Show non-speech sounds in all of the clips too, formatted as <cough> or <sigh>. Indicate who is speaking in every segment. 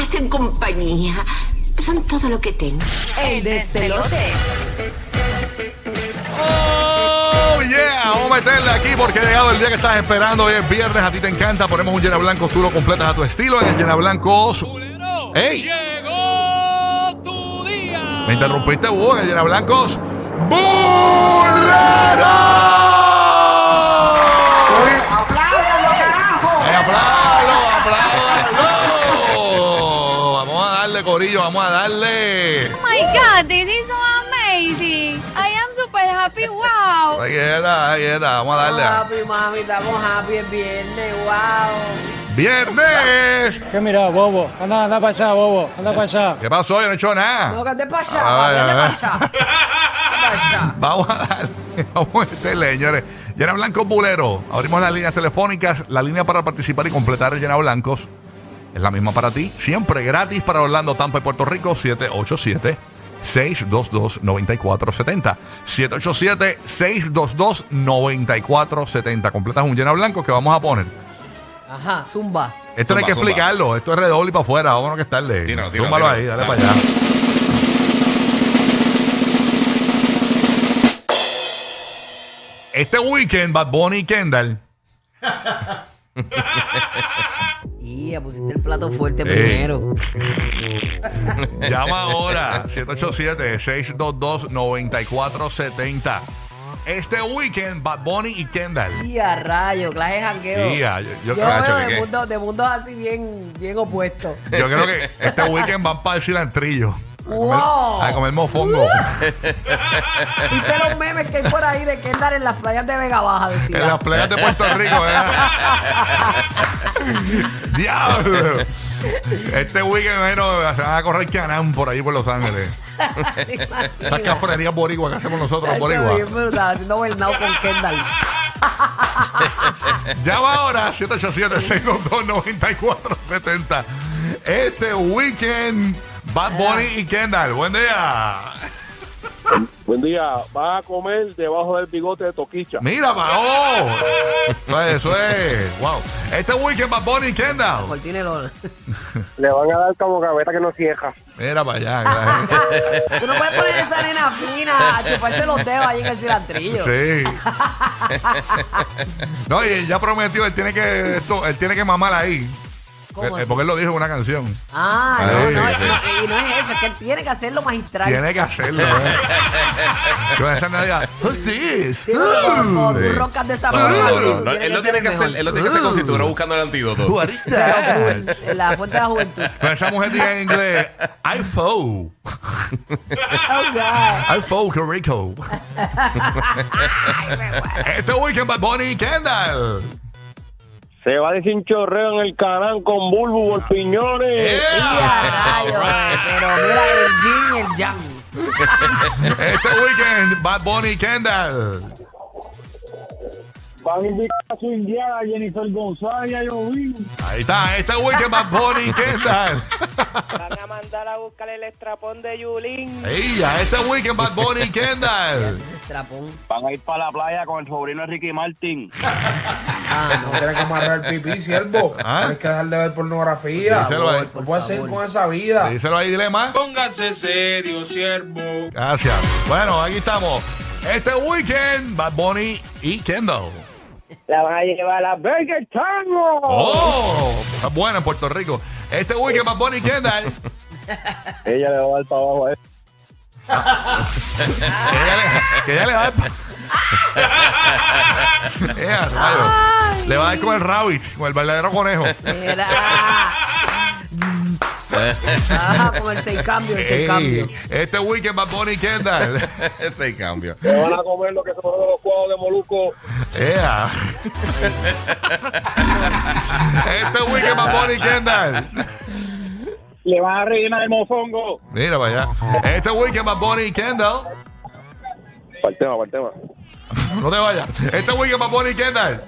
Speaker 1: hacen compañía. Son todo lo que tengo.
Speaker 2: El despelote.
Speaker 3: Oh, yeah. Vamos a meterle aquí porque ha llegado el día que estás esperando. Hoy es viernes, a ti te encanta. Ponemos un llena blanco, tú lo completas a tu estilo. En el llena blanco. ¡Ey!
Speaker 4: Llegó tu día.
Speaker 3: Me interrumpiste, Hugo, en el llena blancos. ¡Burrero!
Speaker 1: ¡Apláudalo, carajo!
Speaker 3: ¡Ay, aplaudo, aplaudo! Vamos a darle, Corillo, vamos a darle.
Speaker 5: Oh my god, this is so amazing. I am super happy. Wow.
Speaker 3: Ahí está, ahí está, vamos a darle.
Speaker 6: Papi, mami, estamos happy, es viernes, wow.
Speaker 3: ¡Viernes!
Speaker 7: ¿Qué mira, bobo? Anda, anda para allá, bobo. Anda para allá.
Speaker 3: ¿Qué pasó? Yo no he hecho
Speaker 6: No,
Speaker 3: nada.
Speaker 6: que te pasa,
Speaker 3: Ay,
Speaker 6: papi, ¿qué te
Speaker 3: ay,
Speaker 6: pasa? ¿Qué pasa?
Speaker 3: Ah, <laughs> Vamos a darle, vamos a meterle, señores. Llena Blancos Bulero. Abrimos las líneas telefónicas, la línea para participar y completar el Llena Blancos. Es la misma para ti. Siempre gratis para Orlando, Tampa y Puerto Rico. 787 622 9470 787 622 9470 Completas un llena blanco que vamos a poner.
Speaker 6: Ajá, zumba.
Speaker 3: Esto no hay
Speaker 4: Zumba,
Speaker 3: que
Speaker 4: zumba.
Speaker 3: explicarlo. Esto es redoble y para afuera. Vámonos que es tarde.
Speaker 4: Tíralo, tíralo,
Speaker 3: Zúmbalo
Speaker 4: tíralo.
Speaker 3: ahí, dale
Speaker 4: Dale.
Speaker 3: para allá. Este weekend, Bad Bunny y Kendall.
Speaker 6: Y ya pusiste el plato fuerte
Speaker 3: Sí.
Speaker 6: primero.
Speaker 3: Llama ahora 787-622-9470. Este weekend, Bad Bunny y Kendall.
Speaker 6: Y a rayo, clase de jangueo.
Speaker 3: Tía, yo, yo-
Speaker 6: Yo lo
Speaker 3: cacho,
Speaker 6: veo
Speaker 3: ¿de
Speaker 6: de
Speaker 3: qué?
Speaker 6: mundos de mundos así bien, bien opuestos.
Speaker 3: Yo creo que este weekend van para el cilantrillo. A comer,
Speaker 6: Wow.
Speaker 3: a comer mofongo.
Speaker 6: ¿Viste los memes que hay por ahí de Kendall en las playas de Vega Baja? Decía.
Speaker 3: <laughs> En las playas de Puerto Rico, <laughs> ¿eh? ¡Diablo! <laughs> Este weekend, bueno, se van a correr canán por ahí por Los <laughs> Ángeles. Esas cafrerías boricuas que hacemos nosotros, los
Speaker 6: Chacho, bien
Speaker 3: boricuas.
Speaker 6: brutal, haciendo Bernau con Kendall.
Speaker 3: Llama ahora, 787-622-9470. Este weekend, Bad Bunny y Kendall. Buen día.
Speaker 8: Buen día. Va a comer debajo del bigote de Toquicha.
Speaker 3: Mira, Pao. Eso es, eso es. Wow. Este weekend, Bad Bunny y Kendall.
Speaker 6: Cortine lo-
Speaker 8: Le van a dar como gaveta que no cieja.
Speaker 3: Mira para allá. que la gente-
Speaker 6: Tú no puedes poner esa nena fina a chuparse los dedos ahí en el cilantrillo.
Speaker 3: Sí. <laughs> no, y él ya prometió, él tiene que, esto, él tiene que mamar ahí.
Speaker 6: ¿Cómo
Speaker 3: Eh,
Speaker 6: así?
Speaker 3: Porque él lo dijo en una canción.
Speaker 6: Ah,
Speaker 3: Ah,
Speaker 6: no,
Speaker 3: sí,
Speaker 6: no,
Speaker 3: sí.
Speaker 6: y- y no es eso, es que él tiene que hacerlo magistral.
Speaker 3: Tiene que hacerlo.
Speaker 6: <laughs>
Speaker 3: ¿eh? Que va a estar nadie, Who's this?
Speaker 6: Sí, porque cuando tú
Speaker 3: Sí.
Speaker 6: rocas de esa
Speaker 3: No,
Speaker 6: forma,
Speaker 3: no, no,
Speaker 6: sí, tú
Speaker 3: no,
Speaker 6: tienes
Speaker 4: él lo tiene
Speaker 6: ser
Speaker 4: que
Speaker 6: el
Speaker 4: hacer,
Speaker 6: mejor.
Speaker 4: él lo tiene que hacer con si estuviera buscando el
Speaker 3: Who
Speaker 4: antídoto.
Speaker 3: are is that?
Speaker 6: La fuente de la juventud.
Speaker 3: Esa mujer diga en inglés, I foe.
Speaker 6: Oh, God.
Speaker 3: I foe que
Speaker 6: <laughs>
Speaker 3: rico. este weekend, Bad Bunny y Kendall.
Speaker 8: Se va a decir un chorreo en el canal con Bulbu por piñones.
Speaker 3: Eh.
Speaker 6: Y
Speaker 3: Yeah.
Speaker 6: a rayos, Pero mira, el Jin y el Yang.
Speaker 3: Este weekend, Bad Bunny y Kendall.
Speaker 8: Van a invitar a su indiana Jennifer González y a Jovín.
Speaker 3: Ahí está, este weekend, Bad Bunny y Kendall.
Speaker 9: Van a mandar a buscar el estrapón de Yulín.
Speaker 3: Ey, a este weekend Bad Bunny y
Speaker 4: <laughs>
Speaker 3: Kendall.
Speaker 6: Trapón.
Speaker 8: Van a ir para la playa con el sobrino de Ricky Martin.
Speaker 10: No tiene que amarrar el
Speaker 3: <laughs>
Speaker 10: pipí, siervo.
Speaker 3: ¿Ah?
Speaker 10: Tienes que dejar de ver pornografía.
Speaker 3: Díselo ahí.
Speaker 10: No
Speaker 4: pues,
Speaker 10: puedes seguir con esa vida.
Speaker 3: Díselo ahí, Dilema.
Speaker 4: Póngase serio, siervo.
Speaker 3: Gracias. Bueno, aquí estamos. Este weekend, Bad Bunny y Kendall.
Speaker 9: La van a llevar a Burger Tango.
Speaker 3: Oh, está buena en Puerto Rico. Este weekend, Bad Bunny y
Speaker 4: <laughs>
Speaker 3: Kendall.
Speaker 8: <laughs> Ella le va a dar para abajo eh. a él.
Speaker 3: que, ya le, que ya le va a dar.
Speaker 4: <laughs>
Speaker 3: pa- Ea, rayo. Le va a dar con el rabbit, con el verdadero conejo.
Speaker 6: Mira. Ajá, con el seis cambios, el seis cambios.
Speaker 3: Ey, este weekend, Bad Bunny y Kendall.
Speaker 4: <laughs> Ese cambio.
Speaker 8: Le van a comer lo que se de los cuadros de Moluco.
Speaker 3: Ea. Este weekend, Bad Bunny y Kendall.
Speaker 8: Le van a rellenar el mofongo.
Speaker 3: Mira para allá. Este weekend Bad Bunny y Kendall.
Speaker 8: Para el tema, para el tema.
Speaker 3: No te vayas. Este weekend Bad Bunny y Kendall.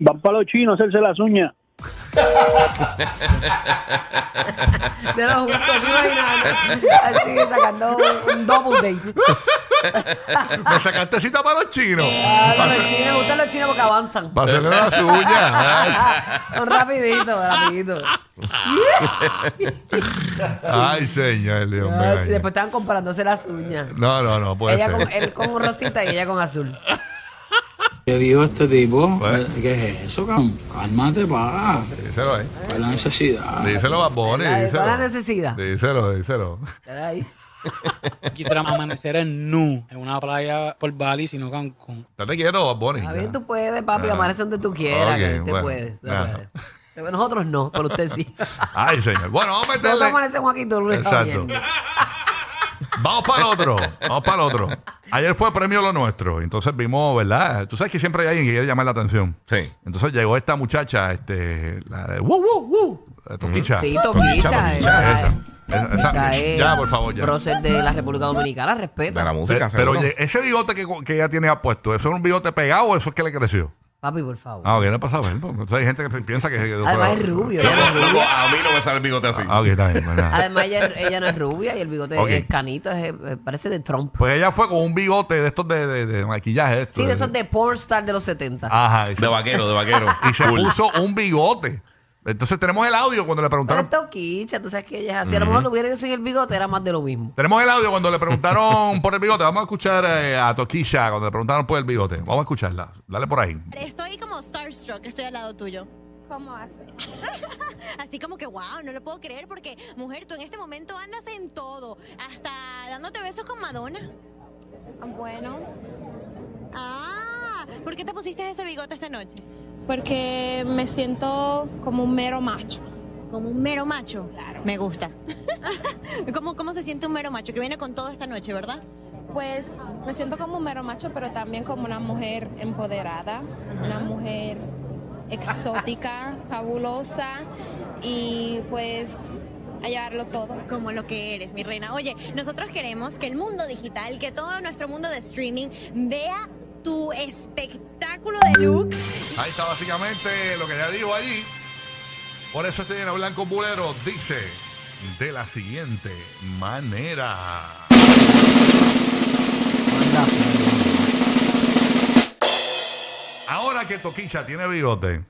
Speaker 8: Van para los chinos a hacerse las uñas.
Speaker 6: De los juntos, ¿te imaginas? Así, sacando un- un double date.
Speaker 3: Me sacaste cita para los chinos.
Speaker 6: Ah, los chinos, me gustan los chinos porque avanzan.
Speaker 3: Para hacerle la suya.
Speaker 6: Son rapidito, rapidito.
Speaker 3: Ay, señor, Dios mío.
Speaker 6: Ah, sí, después estaban comparándose las uñas.
Speaker 3: No, no, no, puede
Speaker 6: ella
Speaker 3: ser.
Speaker 6: con, él con rosita y ella con azul.
Speaker 2: Le digo a este tipo,
Speaker 3: Pues.
Speaker 2: ¿qué es eso, cabrón? Cálmate, pa.
Speaker 3: Díselo, eh.
Speaker 2: ¿Cuál es la necesidad?
Speaker 3: Díselo a Bonnie,
Speaker 6: ¿Verdad?
Speaker 3: díselo.
Speaker 6: ¿Cuál es la necesidad?
Speaker 3: Díselo, díselo.
Speaker 6: Era ahí.
Speaker 7: Quisiéramos amanecer en nu, en una playa por Bali, sino Cancún.
Speaker 3: Estate quieto, Bad Bunny.
Speaker 6: A bien tú puedes, papi, amanece donde tú
Speaker 3: Ok,
Speaker 6: quieras. que usted
Speaker 3: bueno.
Speaker 6: puede. usted
Speaker 3: Ajá.
Speaker 6: puede. Nosotros no, pero
Speaker 3: <laughs>
Speaker 6: usted sí.
Speaker 3: Ay, señor. Bueno, vamos a
Speaker 6: Nosotros
Speaker 3: meterle.
Speaker 6: amanecemos aquí todo el
Speaker 3: Exacto. Vamos para el otro. Vamos para el otro. Ayer fue premio lo nuestro. Entonces vimos, ¿verdad? Tú sabes que siempre hay alguien que quiere llamar la atención.
Speaker 4: Sí.
Speaker 3: Entonces llegó esta muchacha, este, la de ¡Woo, woo, woo! la Toquicha.
Speaker 6: Sí, Toquicha.
Speaker 3: Esa.
Speaker 6: Esa es.
Speaker 3: Esa- esa-
Speaker 6: Esa es
Speaker 3: ya, por favor, ya.
Speaker 6: prócer de la República Dominicana,
Speaker 4: De
Speaker 6: respeta.
Speaker 4: la
Speaker 3: Pe-
Speaker 4: música,
Speaker 3: Pero
Speaker 4: seguro.
Speaker 3: oye, ese bigote que, que ella tiene puesto, ¿eso es un bigote pegado o eso es que le creció?
Speaker 6: Papi, por favor.
Speaker 3: Ah, ok, no pasa nada. Entonces hay gente que piensa que... que
Speaker 6: Además es rubio. Ella no es
Speaker 4: Luego,
Speaker 6: rubia.
Speaker 4: <laughs> a mí no me sale el bigote así.
Speaker 3: Ah, ok, está bien. pues nada.
Speaker 6: Además ella,
Speaker 3: <laughs>
Speaker 6: ella no es rubia y el bigote
Speaker 3: Ok.
Speaker 6: es canito, es- es- parece de Trump.
Speaker 3: Pues ella fue con un bigote de estos de, de, de maquillaje. de estos.
Speaker 6: Sí, de esos de pornstar de los 70.
Speaker 3: Ajá. y se-
Speaker 4: De vaquero, de vaquero.
Speaker 3: y se
Speaker 4: Cool.
Speaker 3: puso un bigote. Entonces tenemos el audio cuando le
Speaker 6: Pero
Speaker 3: preguntaron.
Speaker 6: es toquicha, tú sabes que ella es así. A lo mejor lo hubiera yo soy el bigote, era más de lo mismo.
Speaker 3: Tenemos el audio cuando le preguntaron por el bigote. Vamos a escuchar eh, a Toquilla cuando le preguntaron por el bigote. Vamos a escucharla. Dale por ahí.
Speaker 11: Estoy como starstruck, estoy al lado tuyo.
Speaker 5: ¿Cómo hace?
Speaker 11: Así como que, wow, no lo puedo creer porque, mujer, tú en este momento andas en todo, hasta dándote besos con Madonna.
Speaker 5: Bueno,
Speaker 11: Ah, ¿por qué te pusiste ese bigote esta noche?
Speaker 5: porque me siento como un mero macho.
Speaker 11: Como un mero macho. Me gusta. <laughs> ¿Cómo, ¿Cómo se siente un mero macho que viene con todo esta noche, verdad?
Speaker 5: Pues me siento como un mero macho, pero también como una mujer empoderada, una mujer exótica, <laughs> fabulosa y pues a llevarlo todo.
Speaker 11: Como lo que eres, mi reina. Oye, nosotros queremos que el mundo digital, que todo nuestro mundo de streaming vea tu espectáculo de look.
Speaker 3: Ahí está básicamente lo que ya dijo allí. Por eso este lleno blanco bulero dice de la siguiente manera. Ahora que Toquicha tiene bigote.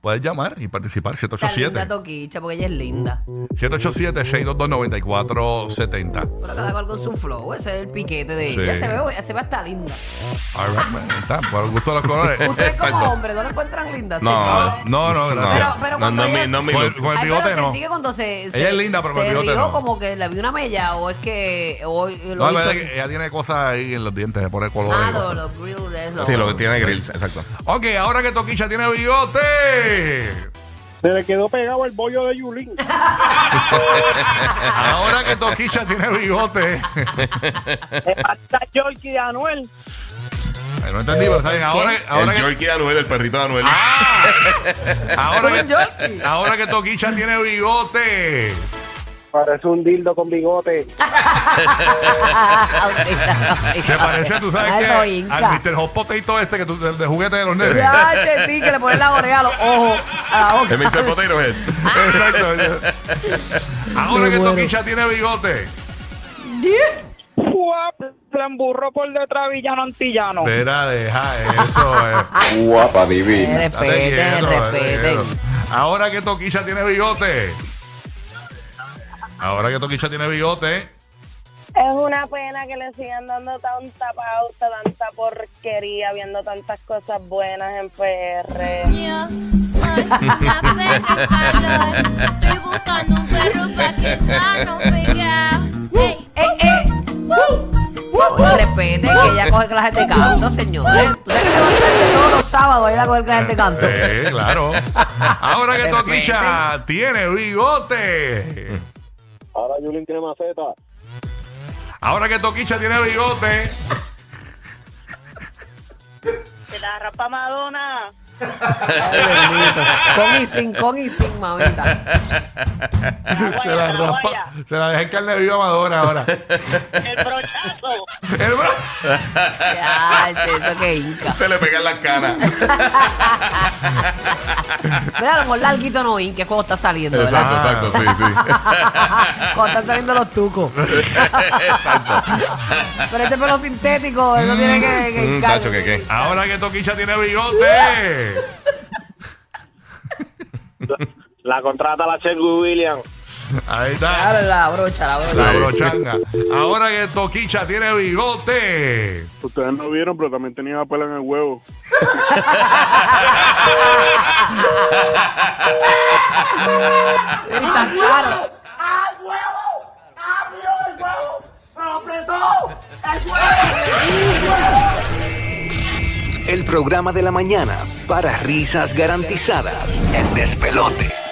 Speaker 3: Puedes llamar y participar
Speaker 6: Está linda
Speaker 3: 787
Speaker 6: toquicha porque ella es linda.
Speaker 3: 787 622 9470.
Speaker 6: Pero cada cual con su flow, ese es el piquete de
Speaker 3: Sí.
Speaker 6: ella. Se ve, se ve hasta
Speaker 3: <laughs>
Speaker 6: linda.
Speaker 3: All right, man. Ahí está, por el gusto de los colores.
Speaker 6: Ustedes como
Speaker 4: Exacto.
Speaker 6: hombres no la encuentran linda.
Speaker 4: No,
Speaker 6: sexy?
Speaker 3: No, no, gracias.
Speaker 6: Pero- pero
Speaker 4: no,
Speaker 6: cuando
Speaker 4: no, es
Speaker 6: ella-
Speaker 4: mi- no es mi
Speaker 3: Con-
Speaker 4: look.
Speaker 3: con el
Speaker 6: Ay,
Speaker 3: bigote
Speaker 6: pero
Speaker 3: no.
Speaker 6: sentí que cuando se, se
Speaker 3: Ella es linda, pero con
Speaker 6: se
Speaker 3: el bigote
Speaker 6: rió
Speaker 3: no.
Speaker 6: como que le vi una mella o es que hoy lo
Speaker 3: No, la
Speaker 6: hizo
Speaker 3: verdad es
Speaker 6: así.
Speaker 3: que ella tiene cosas ahí en los dientes, se pone colores.
Speaker 6: Ah,
Speaker 3: y
Speaker 6: lo-
Speaker 3: cosas.
Speaker 6: los grills es lo-
Speaker 4: Sí, lo que tiene grills, exacto.
Speaker 3: Ok, ahora que Toquicha tiene bigote.
Speaker 8: Se le quedó pegado el bollo de <laughs> Yulín.
Speaker 3: Ahora que Toquicha tiene bigote.
Speaker 9: Hasta Yorkie de Anuel.
Speaker 3: Ay, no entendí, pero está bien. Ahora, ahora
Speaker 4: el
Speaker 3: que. Ah,
Speaker 4: Yorkie de Anuel, el perrito de Anuel.
Speaker 3: Ahora
Speaker 6: Soy un
Speaker 3: que,
Speaker 6: Yorkie.
Speaker 3: ahora que Toquicha tiene bigote.
Speaker 8: Parece un dildo con bigote.
Speaker 6: <laughs>
Speaker 3: Se parece, tú sabes
Speaker 6: Ah,
Speaker 3: que.
Speaker 6: soy inca.
Speaker 3: Al Mr. Hot Potato este que tú, del de juguete de los nenes.
Speaker 6: Ya, que sí, que le ponen la oreja a los ojos, Ah, a la boca.
Speaker 4: El Mr. Potato Head.
Speaker 3: Exacto. <laughs> Ahora
Speaker 6: Me
Speaker 3: que
Speaker 6: muero.
Speaker 3: Toquicha tiene bigote.
Speaker 9: Guap, se emburró por detrás Villano Antillano.
Speaker 3: Espera, deja eso. <laughs> eh.
Speaker 10: Guapa
Speaker 6: Eh,
Speaker 10: divina.
Speaker 3: Date
Speaker 6: respeten,
Speaker 3: quieto, date
Speaker 6: respeten.
Speaker 3: quieto. Ahora que Toquicha tiene bigote. Ahora que Toquicha tiene bigote.
Speaker 9: Es una pena que le sigan dando tanta pauta, tanta porquería, viendo tantas cosas buenas en PR.
Speaker 5: Yo soy una <laughs> perra calor. Estoy buscando un perro pa' que ya no pega. Ey,
Speaker 6: ¡Eh, eh! Oye, Respeten que ella coge clases de canto, señores. Tú sabes que levantarse todos los sábados a ir a coger clases de canto.
Speaker 3: Eh, claro. Ahora que
Speaker 6: De
Speaker 3: Toquicha tiene bigote.
Speaker 8: Ahora Yulín tiene maceta.
Speaker 3: Ahora que Toquicha tiene bigote.
Speaker 9: Que la rapa Madonna.
Speaker 6: Con y sin, con y sin, mamita.
Speaker 3: se, la raspa, se la deja en carne viva a Madonna ahora.
Speaker 9: El brochazo.
Speaker 3: El bra-
Speaker 6: Ya, eso que hinca.
Speaker 4: Se le pegan las canas.
Speaker 6: Mira, a lo mejor larguito no hinca, es cuando está saliendo, ¿verdad?
Speaker 4: Exacto, exacto, sí,
Speaker 6: Cuando están saliendo los tucos.
Speaker 4: sí. exacto.
Speaker 6: Pero ese pelo sintético, eso tiene que, que
Speaker 4: Mm,
Speaker 6: hincar.
Speaker 4: tacho, que qué.
Speaker 3: Ahora que Toquicha tiene bigote.
Speaker 8: La contrata la Chelsea Williams.
Speaker 3: Ahí está.
Speaker 6: Claro, la brocha, la brocha.
Speaker 3: La brochanga. Ahora que Toquicha tiene bigote.
Speaker 8: Ustedes no vieron, pero también tenía pelo en el huevo.
Speaker 6: Está claro.
Speaker 1: ¡Ah, huevo! ¡Abrió el huevo! ¡Apretó! ¡El huevo!
Speaker 12: El programa de la mañana para risas garantizadas. El despelote.